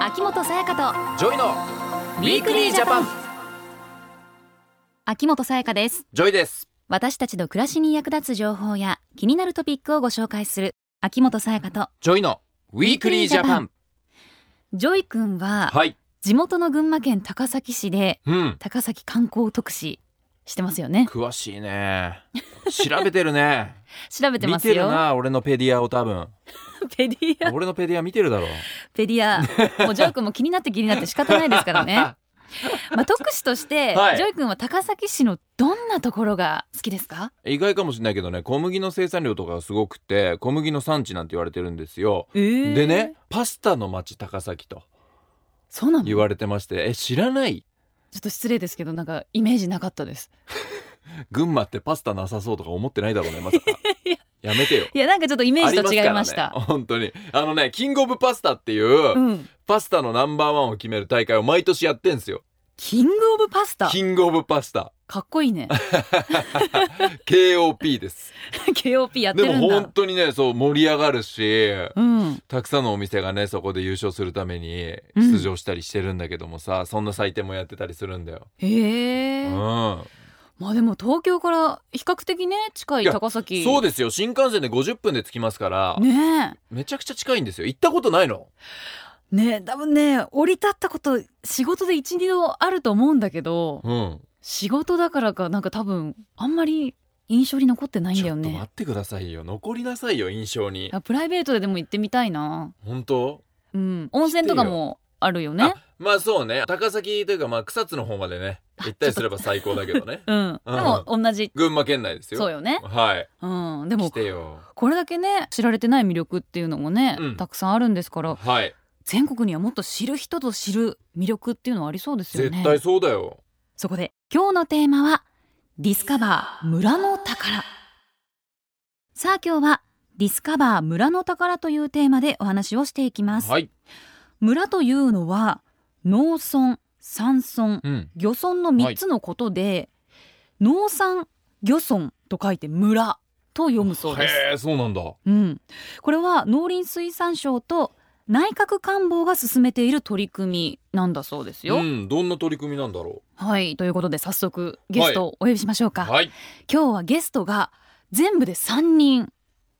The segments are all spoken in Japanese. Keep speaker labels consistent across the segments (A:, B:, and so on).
A: 秋元さやかと
B: ジョイのウィークリージャパン
A: 秋元さやかです
B: ジョイです
A: 私たちの暮らしに役立つ情報や気になるトピックをご紹介する秋元さやかと
B: ジョイのウィークリージャパン
A: ジョイ君は
B: はい
A: 地元の群馬県高崎市で
B: うん
A: 高崎観光特使してますよね
B: 詳しいね調べてる ね
A: 調べて
B: 見
A: ます
B: てる
A: よ
B: な俺のペディアを多分
A: ペデ ィア
B: 俺のペディア見てるだろう
A: ペディアもうジョイ君も気になって気になって仕方ないですから ねまあ特使として、
B: はい
A: ジョイ君は高崎市のどんなところが好きですか
B: 意外かもしれないけどね小麦の生産量とかがすごくて小麦の産地なんて言われてるんですよで
A: で
B: ねパスタの町高崎と
A: そうなのち
B: 言
A: ょ
B: われてましてえ知らない
A: っと失礼ですけどなんかイメージなかったです
B: 群馬ってパスタなさそうとか思 ってないだろうねまさかやめてよ
A: いやなんかちょっとイメージと違いました
B: ありすからね、本当にあのねキングオブパスタっていう、
A: うん
B: パスタのナンバーワンを決める大会を毎年やってんすよ
A: キングオブパスタ
B: キングオブパスタ
A: かっこいい ね
B: KOP です
A: KOP やって
B: で
A: る
B: も
A: んだ
B: 本当にねそう盛り上がるし
A: うん
B: たくさんのお店がねそこで優勝するために
A: うん
B: 出場したりしてるんだけどもさ、そんな祭典もやってたりするんだよ、
A: へえ、
B: うん
A: まあでも東京から比較的ね近い
B: いや
A: 高崎
B: そうですよ新幹線で50分で着きますから、
A: ね
B: めちゃくちゃ近いんですよ行ったことないの
A: えねえ多分ね降り立ったこと仕事で一二度あると思うんだけど
B: うん
A: 仕事だからかなんか多分あんまり印象に残ってないん
B: ち
A: だ
B: ょ
A: よ
B: っと待
A: ね
B: ってくださいよ残りなさいよ印象に
A: あプライベートででも行ってみたいな
B: 本当
A: うん温泉とかもあるよね
B: まあそうね高崎というかまあ草津の方までね行ったりすれば最高だけどね
A: うんで
B: うん
A: も同じ
B: 群馬県内ですよ
A: そうよね
B: はい
A: うんで
B: 来
A: も
B: てよ
A: これだけね知られてない魅力っていうのもね、
B: うん
A: たくさんあるんですから
B: はい
A: 全国にはもっと知る人と知る魅力っていうのはありそうですよね
B: 絶対そうだよ
A: そこで今日のテーマはディスカバー村の宝さあ今日はディスカバー村の宝というテーマでお話をしていきます、
B: はい
A: 村というのは農村山村
B: うん
A: 漁村の3つのことで、農産漁村と書いて村と読むそうです
B: へえそうなんだ
A: うん、これは農林水産省と内閣官房が進めている取り組みなんだそうですよ。
B: うんどんな取り組みなんだろ
A: はいということで早速ゲストをお呼びしましょう
B: う
A: か、
B: はい
A: 今日はゲストが全部で3人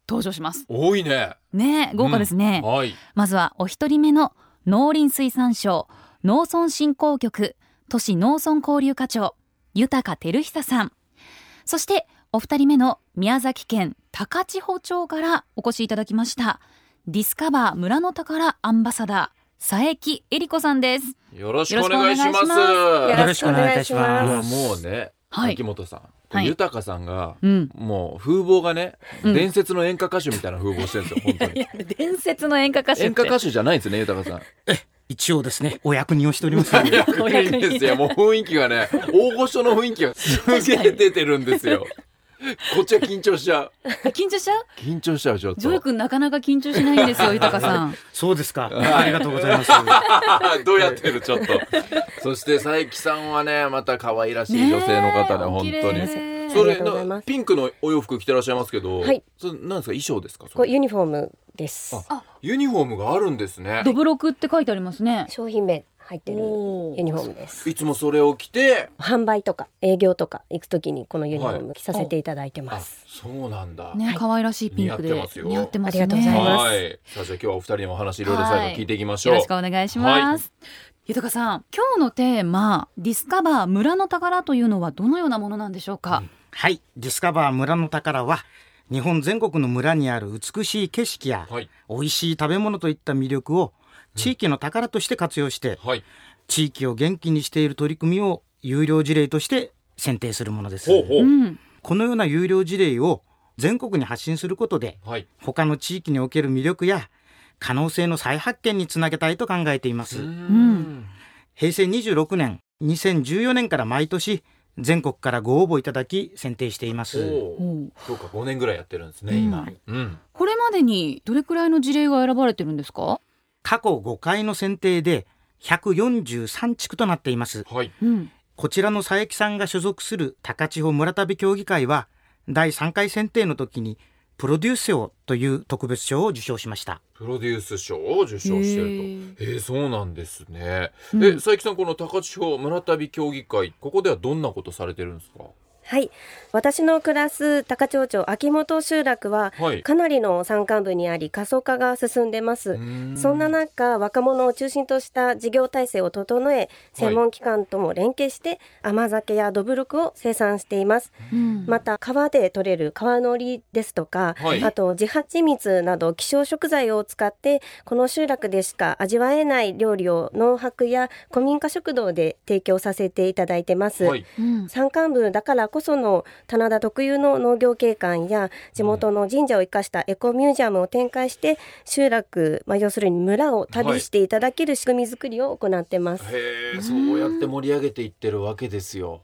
A: 登場します
B: 多いね
A: ねえ豪華ですね、
B: はい
A: まずはお一人目の農林水産省農村振興局都市農村交流課長豊照久さんそしてお二人目の宮崎県高千穂町からお越しいただきましたディスカバー村の宝アンバサダー佐伯恵里子さんです
B: よろしくお願いします
A: よろしくお願
C: よろしくお願いいたし
B: い
C: ま
B: や
C: す。
B: もうね
A: はい
B: 秋元さ
A: は
B: ん
A: い
B: 豊さんが
A: うん
B: もう風貌がね
A: うん
B: 伝説の演歌歌手みたいな風貌してるんです よ本当に
A: 伝説の演歌歌手
B: 演歌歌手じゃないんですね豊さん
C: 一応ですね、お役人をしておりますので。
A: お役に
B: ですよ。もう雰囲気がね、大御所の雰囲気がすげえ出てるんで すよ。こっちは緊張しちゃう。
A: 緊張しちゃう
B: 緊張しちゃう、ちょっと。
A: ジョイ君なかなか緊張しないんです よ豊さん
C: そうですか。ありがとうございます。
B: どうやってる、ちょっと。そして、佐伯さんはね、また可愛らしい女性の方で、
A: ねえお
B: 本
A: 綺麗
B: 当に。
A: で
B: そ
D: ありが
B: れ
D: とうございま
B: の
D: す
B: ピンクのお洋服着てらっしゃいますけど、
D: はい
B: それなんですか衣装ですかそ
D: これ
B: れ
D: ユニフォームです。
B: あユニフォームがあるんですね
A: ドブロクって書いてありますね
D: 商品名入ってる
A: おー
D: ユニフォームです。
B: いつもそれを着て
D: 販売とか営業とか行くときにこのユニフォーム着させていただいてま
B: あ
D: す。
B: そうなんだ、
A: ね、
D: い
A: 可愛らしいピンクで
B: 似合ってますよ
A: ってますね。
D: ありがとうございます
B: はいさあじゃあ今日はお二人のお話いろいろ最後聞いていきましょ
A: よ
B: う
A: ろしくお願いします。豊さん、今日のテーマ、ディスカバー村の宝というのはどのようなものなんでしょうか。
C: はい。ディスカバー村の宝は、日本全国の村にある美しい景色や、
B: はい
C: 美味しい食べ物といった魅力を地域の宝として活用して、
B: はい
C: 地域を元気にしている取り組みを有料事例として選定するものです。
B: ほうほ
A: う
B: う、
A: ん、
C: このような有料事例を全国に発信することで、
B: はい
C: 他の地域における魅力や可能性の再発見につなげたいと考えています。
A: ん
C: 平成26年、2014年から毎年、全国からご応募いただき、選定しています。
B: お
A: おう
B: お、そうか5年ぐらいやってるんですね、
A: うん
B: 今。うん。
A: これまでにどれくらいの事例が選ばれてるんですか。
C: 過去5回の選定で、143地区となっています。
B: はい。
A: うん、
C: こちらの佐伯さんが所属する高千穂村旅協議会は、第3回選定の時に、プロデュース賞という特別賞を受賞しました
B: プロデュース賞を受賞してると。えー、そうなんですね。
A: うん
B: え、佐伯さん、この高千穂村旅協議会、ここではどんなことされてるんですか。
D: はい私の暮らす高千穂町秋元集落は
B: はい。
D: かなりの山間部にあり過疎化が進んでます、そんな
B: な。
D: 中若者を中心とした事業体制を整え専門機関とも連携して甘酒やどぶろくを生産しています、
A: うん
D: また川で採れる川のりですとか、
B: はい
D: あと自蜂蜜など希少食材を使ってこの集落でしか味わえない料理を農泊や古民家食堂で提供させていただいてます、
B: はい。
A: うん
D: 山間部だからこその棚田特有の農業景観や地元の神社を生かしたエコミュージアムを展開して集落、まあ、要するに村を旅していただける仕組み作りを行ってます、
B: へえ、そうやって盛り上げていってるわけですよ。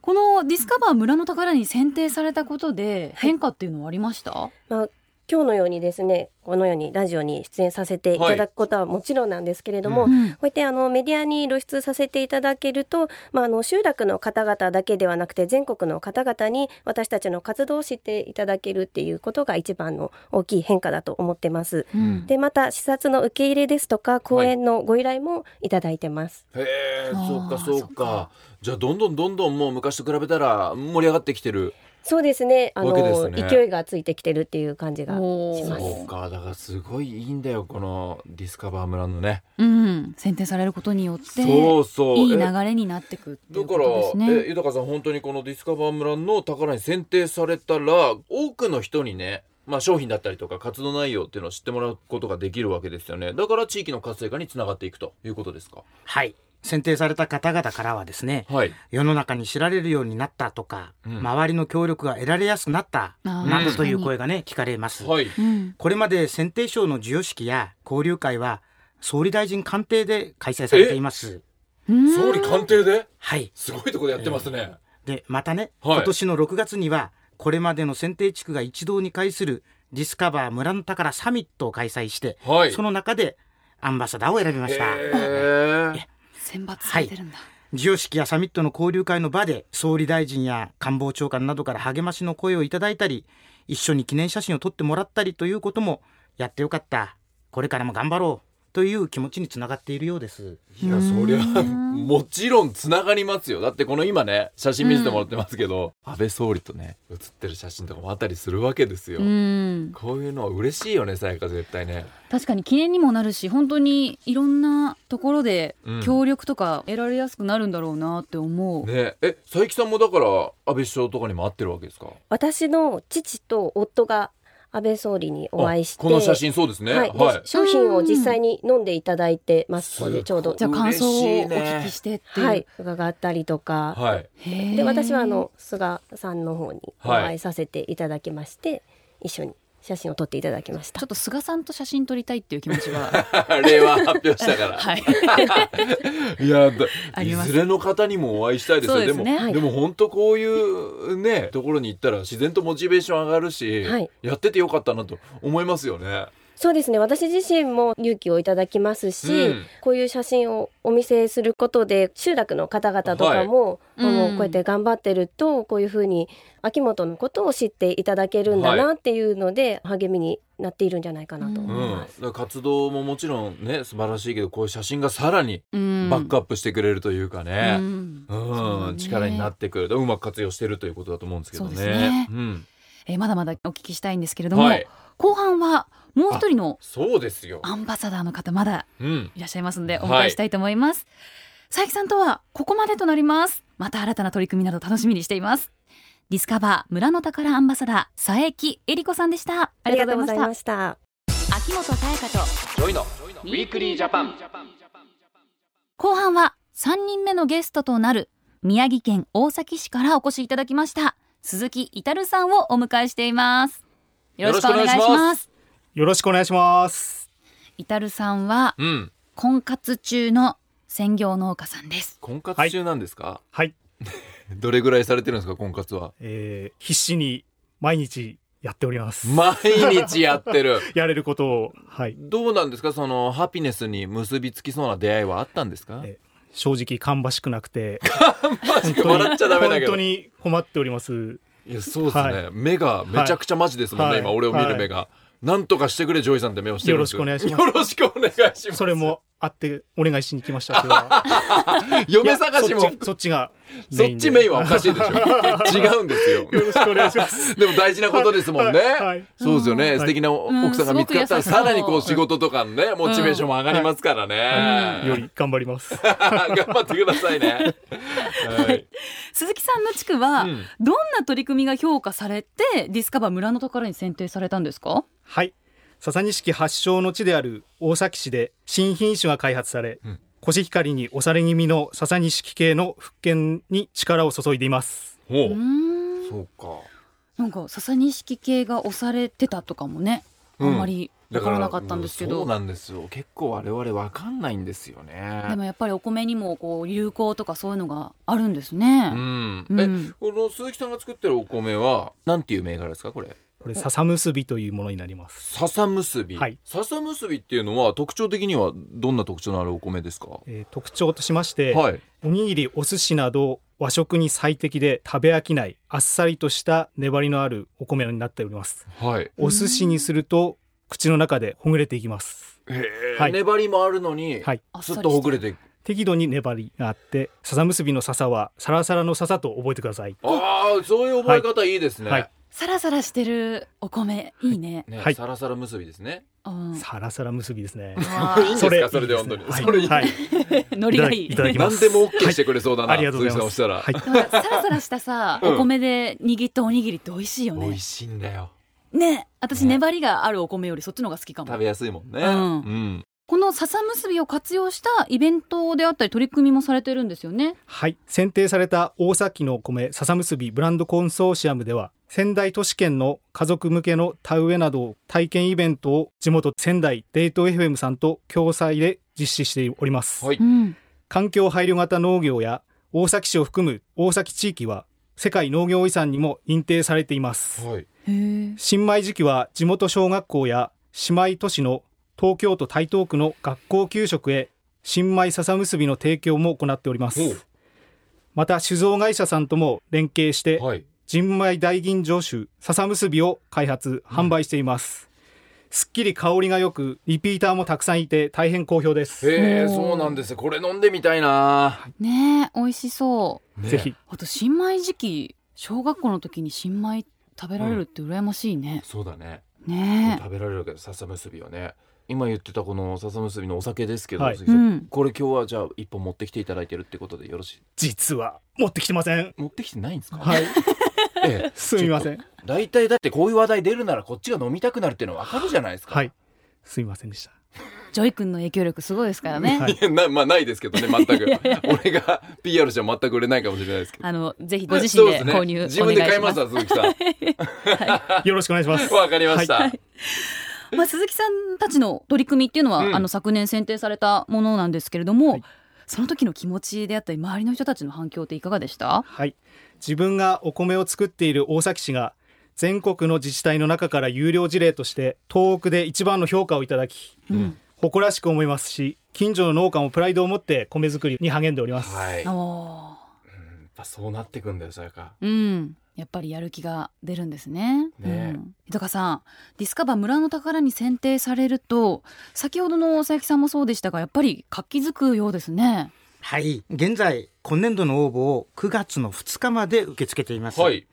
A: このディスカバー村の宝に選定されたことで変化っていうのはありました、
D: まあ今日のようにですねこのようにラジオに出演させていただくことはもちろんなんですけれども、
B: は
A: うん
D: こうやってあのメディアに露出させていただけると、まあ、あの集落の方々だけではなくて全国の方々に私たちの活動を知っていただけるっていうことが一番の大きい変化だと思ってます。
A: うん
D: でまた視察の受け入れですとか講演のご依頼もいただいてます。
B: へえ、
A: あー
B: そうか、そう
A: そっ
B: か
A: か。
B: じゃあ、どんどんどんどんもう昔と比べたら、盛り上がってきてる。
D: そうですねあ
B: わけで
D: の
B: すね
D: 勢いがついてきてるっていう感じが
A: おー
D: します。
B: そうか、だから、すごいいいんだよ、このディスカバー村のね。
A: うん、選定されることによって
B: そうそう。
A: いい
B: え
A: 流れになってくってい
B: だ
A: う
B: か
A: こ
B: ら、
A: とですね。
B: え豊さん本当にこのディスカバー村の宝に選定されたら多くの人にね、まあ、商品だったりとか活動内容っていうのを知ってもらうことができるわけですよねだから地域の活性化につながっていくということですか
C: はい選定された方々からはですね
B: はい
C: 世の中に知られるようになったとか、
B: うん
C: 周りの協力が得られやすくなった
A: あー
C: などと
A: 確か
C: いう
A: に
C: 声がね聞かれます、
B: はい
A: うん、
C: これまで選定賞の授与式や交流会は総理大臣官邸で開催されています
A: うん
B: 総理官邸で
C: はい
B: すごいとこでやってますね、
C: でまたね、
B: はい
C: 今年の6月にはこれまでの選定地区が一堂に会するディスカバー村の宝サミットを開催して、
B: はい
C: その中でアンバサダーを選びました、
B: えー
A: 選抜されてるんだ。
C: 授与式やサミットの交流会の場で総理大臣や官房長官などから励ましの声をいただいたり一緒に記念写真を撮ってもらったりということもやってよかったこれからも頑張ろうという気持ちにつながっているようです
B: いやそりゃもちろんつながりますよだってこの今ね写真見せてもらってますけど、安倍総理とね写ってる写真とかもあったりするわけですよ、
A: うん、
B: こういうのは嬉しいよねさやか絶対ね
A: 確かに記念にもなるし本当にいろんなところで
B: うん
A: 協力とか得られやすくなるんだろうなって思う、
B: ねえ佐伯さんもだから安倍首相とかにも会ってるわけですか
D: 私の父と夫が安倍総理にお会いして
B: あこの写真そうですね
D: はいで商品を実際に飲んでいただいてますの
B: うん
D: でちょうど
A: じゃあ感想を
B: 嬉し
A: お
B: いね
A: 聞きしてっていう、
D: はい伺ったりとか、
B: はい
A: へー
D: で私はあの菅さんの方にお
B: は
D: 会
B: い
D: いさせていただきまして、一緒に写真を撮っていただきました
A: ちょっと菅さんと写真撮りたいっていう気持ちが
B: 令和発表したから、
A: はい
B: い、やだ
A: あ
B: い
A: ります
B: ずれの方にもお会いしたいですよ
A: そうですね
B: も、
A: はい
B: でも本当こういうねところに行ったら自然とモチベーション上がるし、
D: はい
B: やっててよかったなと思いますよね
D: そうですね私自身も勇気をいただきますし、
B: うん
D: こういう写真をお見せすることで集落の方々とかも、
A: はい
D: あの
A: うん
D: こうやって頑張ってるとこういうふうに秋元のことを知っていただけるんだ
B: は
D: なっていうので、励みになっているんじゃないかなと
B: う
D: 思
B: ん、
D: い
B: だ
D: ます。
B: から活動ももちろんね素晴らしいけどこういう写真がさらに
A: うん
B: バックアップしてくれるというかね、
A: うんそう
B: う
A: だ
B: ん、
A: ね
B: 力になってくるうまく活用してるということだと思うんですけどね。
A: そうですね
B: うん、
A: えーまだまだお聞きしたいんですけれども、
B: はい
A: 後半はもう一人の
B: そうですよ。
A: アンバサダーの方まだ
B: うん、
A: いらっしゃいますので
B: は
A: お
B: い
A: 迎えしたいと思います、佐伯さんとはここまでとなりますまた新たな取り組みなど楽しみにしていますディスカバー村の宝アンバサダー佐伯恵里子さんでしたありがとうございまし
D: した。
A: た秋元彩香と
B: ジョイのウィークリージャパン。
A: 後半は3人目のゲストとなる宮城県大崎市からお越しいただきました鈴木至さんをお迎えしていますよろしくお願いし
B: よろしくお願
A: ま
B: い
A: す
E: よろしくお願いします。
A: 至さんは
B: うん、
A: 婚活中の専業農家さんです
B: 婚活中なんですか、
E: はい、
B: どれぐらいされてるんですか、婚活は。
E: えー、必死に毎日やっております。
B: 毎日やってる。
E: やれることを、はい、
B: どうなんですか、そのハピネスに結びつきそうな出会いはあったんですか。
E: え正直芳しくなくて、
B: マジか笑っちゃダメだけど
E: 本当。に困っております。
B: いやそうですね、
E: は
B: 目がめちゃくちゃマジですもんね、
E: はい
B: 今俺を見る目が、なんとかしてくれジョイさんって目をしてるんです
E: よろしくお願いし
B: よろしくお願いします
E: それもあってお願いしに来ましたけど い
B: 嫁
E: や
B: 探しも
E: そっちそっちが
B: そっちメインはおか
E: し
B: しいでし ょ違うんですよ
E: いよろしくお願いしま す
B: でも大事なことですもんね、
E: はいはい
B: そうですよね、
E: はい
B: 素敵なお奥さんが見つかったら
A: うんすごく優しそう
B: さらにこう仕事とかのねモチベーションも上がりますからね、
E: より頑張ります
B: 頑張ってくださいね。はい、
A: 鈴木さんの地区は、
B: うん
A: どんな取り組みが評価されてディスカバー村の宝に選定されたんですか
E: はい笹錦発祥の地である大崎市で新品種が開発され、
B: うん
E: コシヒカリに押され気味の笹錦系の復権に力を注いでいます
B: ほ
A: うー
B: う、
A: ん
B: そうか。
A: なんか笹錦系が押されてたとかもねあんまり分からなかったんですけ
B: う
A: ど、
B: そうなんですよ。結構我々わかんないんですよ
A: で
B: ね。
A: もやっぱりお米にもこう流行とかそういうのがあるんですね
B: う。ん。
A: う
B: え、
A: ん
B: この鈴木さんが作ってるお米はなんていう銘柄ですかこれ？
E: これ笹結びというものになります、
B: 笹結び。
E: はい
B: 笹結びっていうのは特徴的にはどんな特徴のあるお米ですか？
E: えー特徴としまして、
B: はい。
E: おにぎりお寿司など和食に最適で食べ飽きないあっさりとした粘りのあるお米になっております
B: はい。
E: お寿司にすると口の中でほぐれていきます
B: へえ、
E: はい
B: 粘りもあるのに、
E: はい
A: あっ
B: ずっ
A: さ
B: と
A: り
B: ほ
A: して
B: ぐれていく。
E: 適度に粘りがあって笹結びの笹はサラサラの笹と覚えてください
B: ああ、そういう覚え方いいですね。
E: はい
A: サラサラしてるお米いいね。
B: ね、
E: はい
B: サラサラ結びですね。
A: うん、
E: サラサラ結びです
B: いい
E: ね
B: んですかそれで
E: いい
B: 本当
E: す
B: に。
E: ね
B: それいい
E: はい、はい
A: ノリがいい。
E: いただきます
B: 何でも OK してくれそうだな、
E: ありがとうございます
B: 鈴木さんおっしゃ
E: はい
A: でもなんかサラサラしたさ、
B: うん
A: お米で握ったおにぎりって美味しいよ
B: ら、美
A: ね
B: 味。しいんだよ
A: ね、私
B: ね
A: 粘りがあるお米よりそっちの方が好きかも
B: 食。べやすいもんね
A: うん
B: うん
A: この笹結びを活用したイベントであったり取り組みもされてるんですよね。
E: はい、選定された大崎の米笹結びブランドコンソーシアムでは仙台都市圏の家族向けの田植えなど体験イベントを地元仙台デート FM さんと共催で実施しております、
B: はい
A: うん、
E: 環境配慮型農業や大崎市を含む大崎地域は世界農業遺産にも認定されています
B: はい
A: へえ。
E: 新米時期は地元小学校や姉妹都市の東京都台東区の学校給食へ新米笹結びの提供も行っておりま
B: ほう
E: すまた酒造会社さんとも連携して
B: はい
E: 純米大吟醸酒笹結びを開発販売しています、すっきり香りが良くリピーターもたくさんいて大変好評です
B: へえ
A: おー
B: そうなんですねこれ飲んでみたいな、
A: ねえ、美味しそう。
B: ね
E: ぜひ
A: あと新米時期、小学校の時に新米食べられるって羨ましいね。
B: そうだね
A: ね
B: 食べられるけど笹結びはね今言ってたこの笹結びのお酒ですけど、
E: はい
A: え。
B: 鈴
A: う
B: 木さん
A: ん。
B: これ今日はじゃあ一本持ってきていただいてるってことでよろしい
E: 実は持ってきてません
B: 持ってきてないんですか、
E: はい
B: ええ
E: すみません
B: 大体だってこういう話題出るならこっちが飲みたくなるっていうのはわかるじゃないですか
E: はいすみませんでした
A: ジョイ君の影響力すごいですからね。
E: はい
B: いや なまあないですけどね 全く俺が PR しても全く売れないかもしれないですけど
A: あの、ぜひご自身で購入お願いし
B: 自分で買いま
A: ますす。
B: わ鈴木さん
E: よろしくお願いしま す
B: わかりました、
A: まあ、鈴木さんたちの取り組みっていうのは、
B: うん
A: あの昨年選定されたものなんですけれども、
E: はい
A: その時の気持ちであったり周りの人たちの反響っていかがでした
E: はい、自分がお米を作っている大崎市が全国の自治体の中から有料事例として東北で一番の評価をいただき
B: うん
E: 誇らしく思いますし近所の農家もプライドを持って米作りに励んでおります、
B: はいやっ
A: お
B: ぱそうなってくんだよそれか
A: ーうんやっぱりやる気が出るんですね。
B: ねえ
A: うん、日高さんディスカバー村の宝に選定されると先ほどの佐伯さんもそうでしたがやっぱり活気づくようですね。
C: はい現在今年度の応募を9月の2日まで受け付けています、
B: はい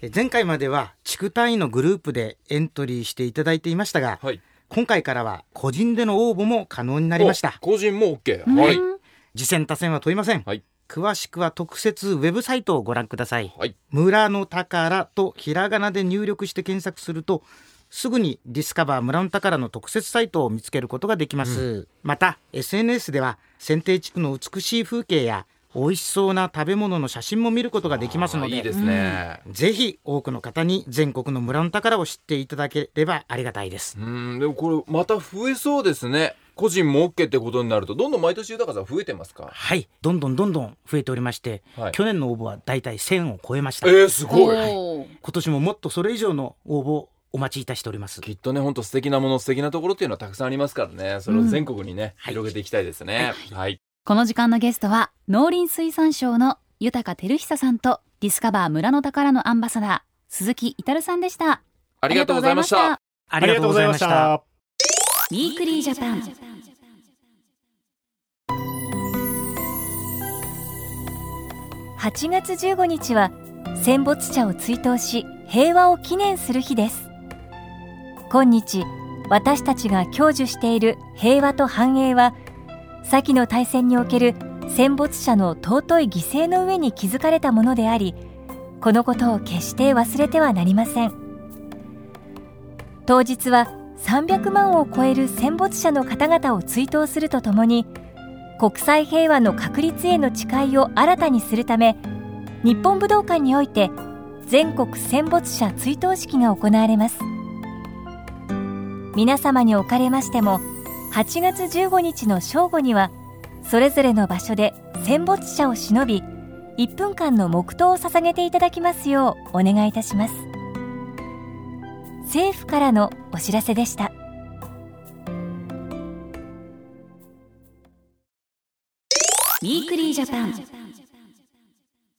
C: え前回までは地区単位のグループでエントリーしていただいていましたが、
B: はい
C: 今回からは個人での応募も可能になりました
B: お個人も OK はい
A: うん
C: 次戦他戦は問いません、
B: はい
C: 詳しくは特設ウェブサイトをご覧ください
B: はい
C: 村の宝とひらがなで入力して検索するとすぐにディスカバー村の宝の特設サイトを見つけることができます、また SNS では選定地区の美しい風景や美味しそうな食べ物の写真も見ることができますの
B: あーい
C: で
B: いですね
C: ぜひ多くの方に全国の村の宝を知っていただければありがたいです
B: うんでもこれまた増えそうですね個人も OK ってことになるとどんどん毎年豊さん増えてますか
C: はいどんどんどんどん増えておりまして、
B: はい
C: 去年の応募はだいたい1000を超えました
B: えー、すごい
A: おー
C: 今年ももっとそれ以上の応募をお待ちいたしております
B: きっとね本当素敵なもの素敵なところっていうのはたくさんありますからねそれを全国にね、
C: はい
B: 広げていきたいですねはい、
A: この時間のゲストは農林水産省の豊照久さんとディスカバー村の宝のアンバサダー鈴木いたるさんでした
B: ありがとうございまし
A: ありがとうございました
B: た
C: あ
E: ありがとうございました。
A: ウィークリージャパン
F: 8月15日は戦没者を追悼し平和を記念する日です今日私たちが享受している平和と繁栄は先の大戦における戦没者の尊い犠牲の上に築かれたものでありこのことを決して忘れてはなりません当日は300万を超える戦没者の方々を追悼するとともに国際平和の確立への誓いを新たにするため日本武道館において全国戦没者追悼式が行われます皆様におかれましても8月15日の正午にはそれぞれの場所で戦没者を偲び1分間の黙祷を捧げていただきますようお願いいたします政府からのお知らせでした
A: ウィークリージャパン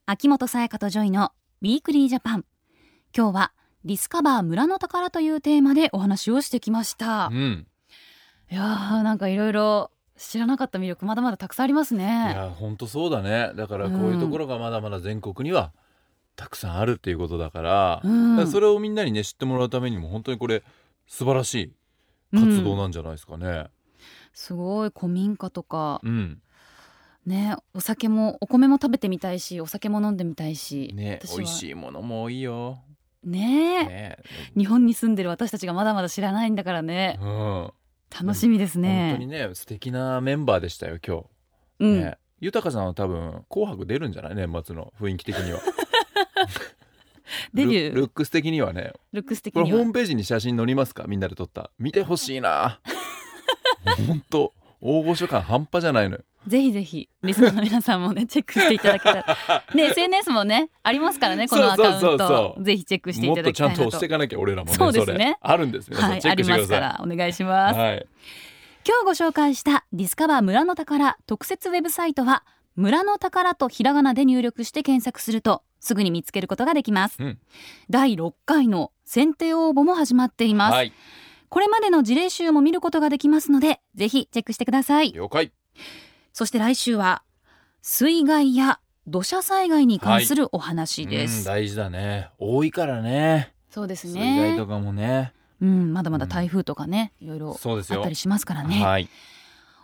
A: 秋元才加とジョイのウィークリージャパン今日はディスカバー村の宝というテーマでお話をしてきました
B: うん
A: いやーなんかいろいろ知らなかった魅力まだまだたくさんあります
B: い
A: ね
B: や本当そうだねだからこういうところがまだまだ全国にはたくさんあるっていうことだから,、
A: うん
B: それをみんなにね知ってもらうためにも本当にこれ素晴らしい活動なんじゃないですかね。
A: すごい古民家とか
B: うん、
A: ねお酒もお米も食べてみたいしお酒も飲んでみたいし
B: ね美味
A: い
B: しいものも多いよ。
A: ね
B: ね、
A: 日本に住んでる私たちがまだまだ知らないんだからね
B: うん、本
A: 楽しみです
B: 当
A: ね
B: にね素敵なメンバーでしたよ今
A: う
B: 日。
A: ん、
B: ね豊さんは多分「紅白」出るんじゃない年末の雰囲気的には
A: デビュー
B: ルルックス的にはね
A: ルックス的
B: これ
A: に
B: ホー
A: は
B: ムページに写真載りますかみんなで撮った見てほし いな本当大御所感半端じゃないのよ
A: ぜひぜひリスナーの皆さんもねチェックしていただけた らね SNS もねありますからねこのアカウント
B: そうそうそうそう
A: ぜひチェックしてい
B: もった
A: だ
B: と
A: き
B: ちゃ
A: た
B: ん
A: い
B: と
A: な
B: 押してい
A: と
B: かなきゃ俺らもね
A: そうですね
B: れあるんですね、
A: はい
B: チェ
A: あ
B: ック
A: り
B: して
A: ま
B: くだ
A: すか
B: さ
A: らお願いし
B: い
A: ます、
B: はい、
A: 今日ご紹介したディスカバー村の宝特設ウェブサイトは村の宝とひらがなで入力して検索するとすぐに見つけることができます、
B: うん
A: 第6回の選定応募も始まっています、
B: はい、
A: これまでの事例集も見ることができますのでぜひチェックしてください
B: 了解
A: そして来週は水害や土砂災害に関するお話で
B: うん
A: す、
B: 大事だね多いからね
A: そうです
B: 水害
A: ね
B: とかもね
A: うんまだまだ台風とかね、いろいろ
B: そうです
A: あっ
B: よ
A: たりしますからね、
B: はい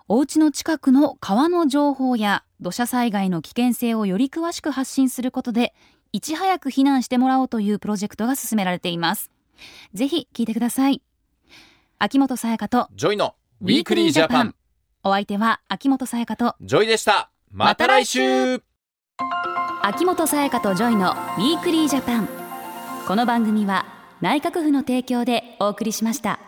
A: お家の近くの川の情報や土砂災害の危険性をより詳しく発信することでいち早く避難してもらおうというプロジェクトが進められていますぜひ聞いてください秋元才加と
B: ジョイのウィークリージャパン
A: お相手は秋元才加と
B: ジョイでしたまた来週
A: 秋元才加とジョイのウィークリージャパンこの番組は内閣府の提供でお送りしました。